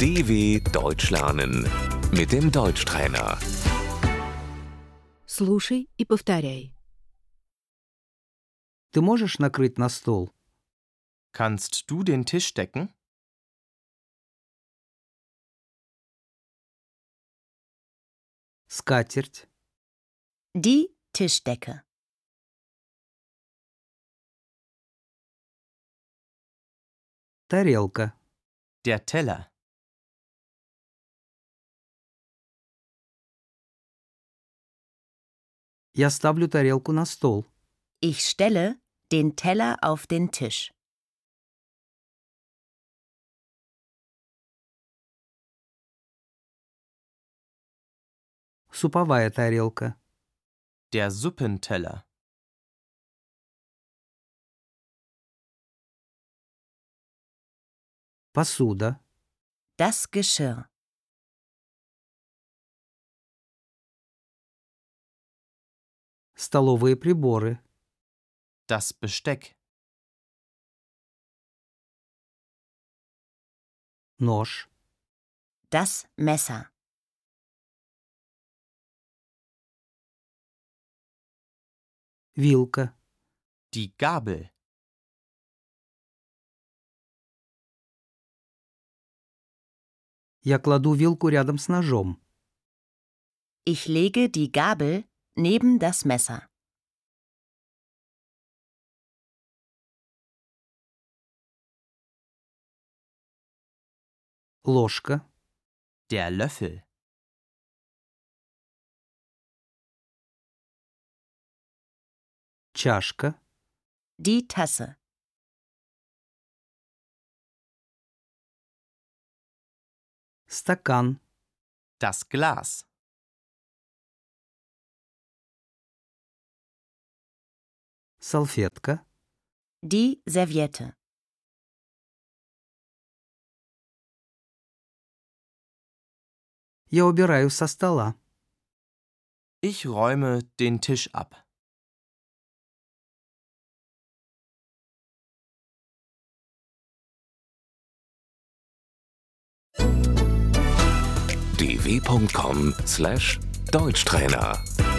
DW Deutsch lernen mit dem Deutschtrainer. Слушай и повторяй. Ты можешь накрыть на стол? Kannst du den Tisch decken? Скатерть, Die Tischdecke. тарелка, Der Teller. я ставлю тарелку на стол, Ich stelle den Teller auf den Tisch. суповая тарелка, Der Suppenteller. посуда, Das Geschirr. столовые приборы, Das Besteck. нож, Das Messer. вилка, Die Gabel. я кладу вилку рядом с ножом, Ich lege die Gabel neben das Messer. ложка, Der Löffel. чашка, Die Tasse. стакан, Das Glas. салфетка, Die Serviette. я убираю со стола, Ich räume den Tisch ab. dw.com/deutschtrainer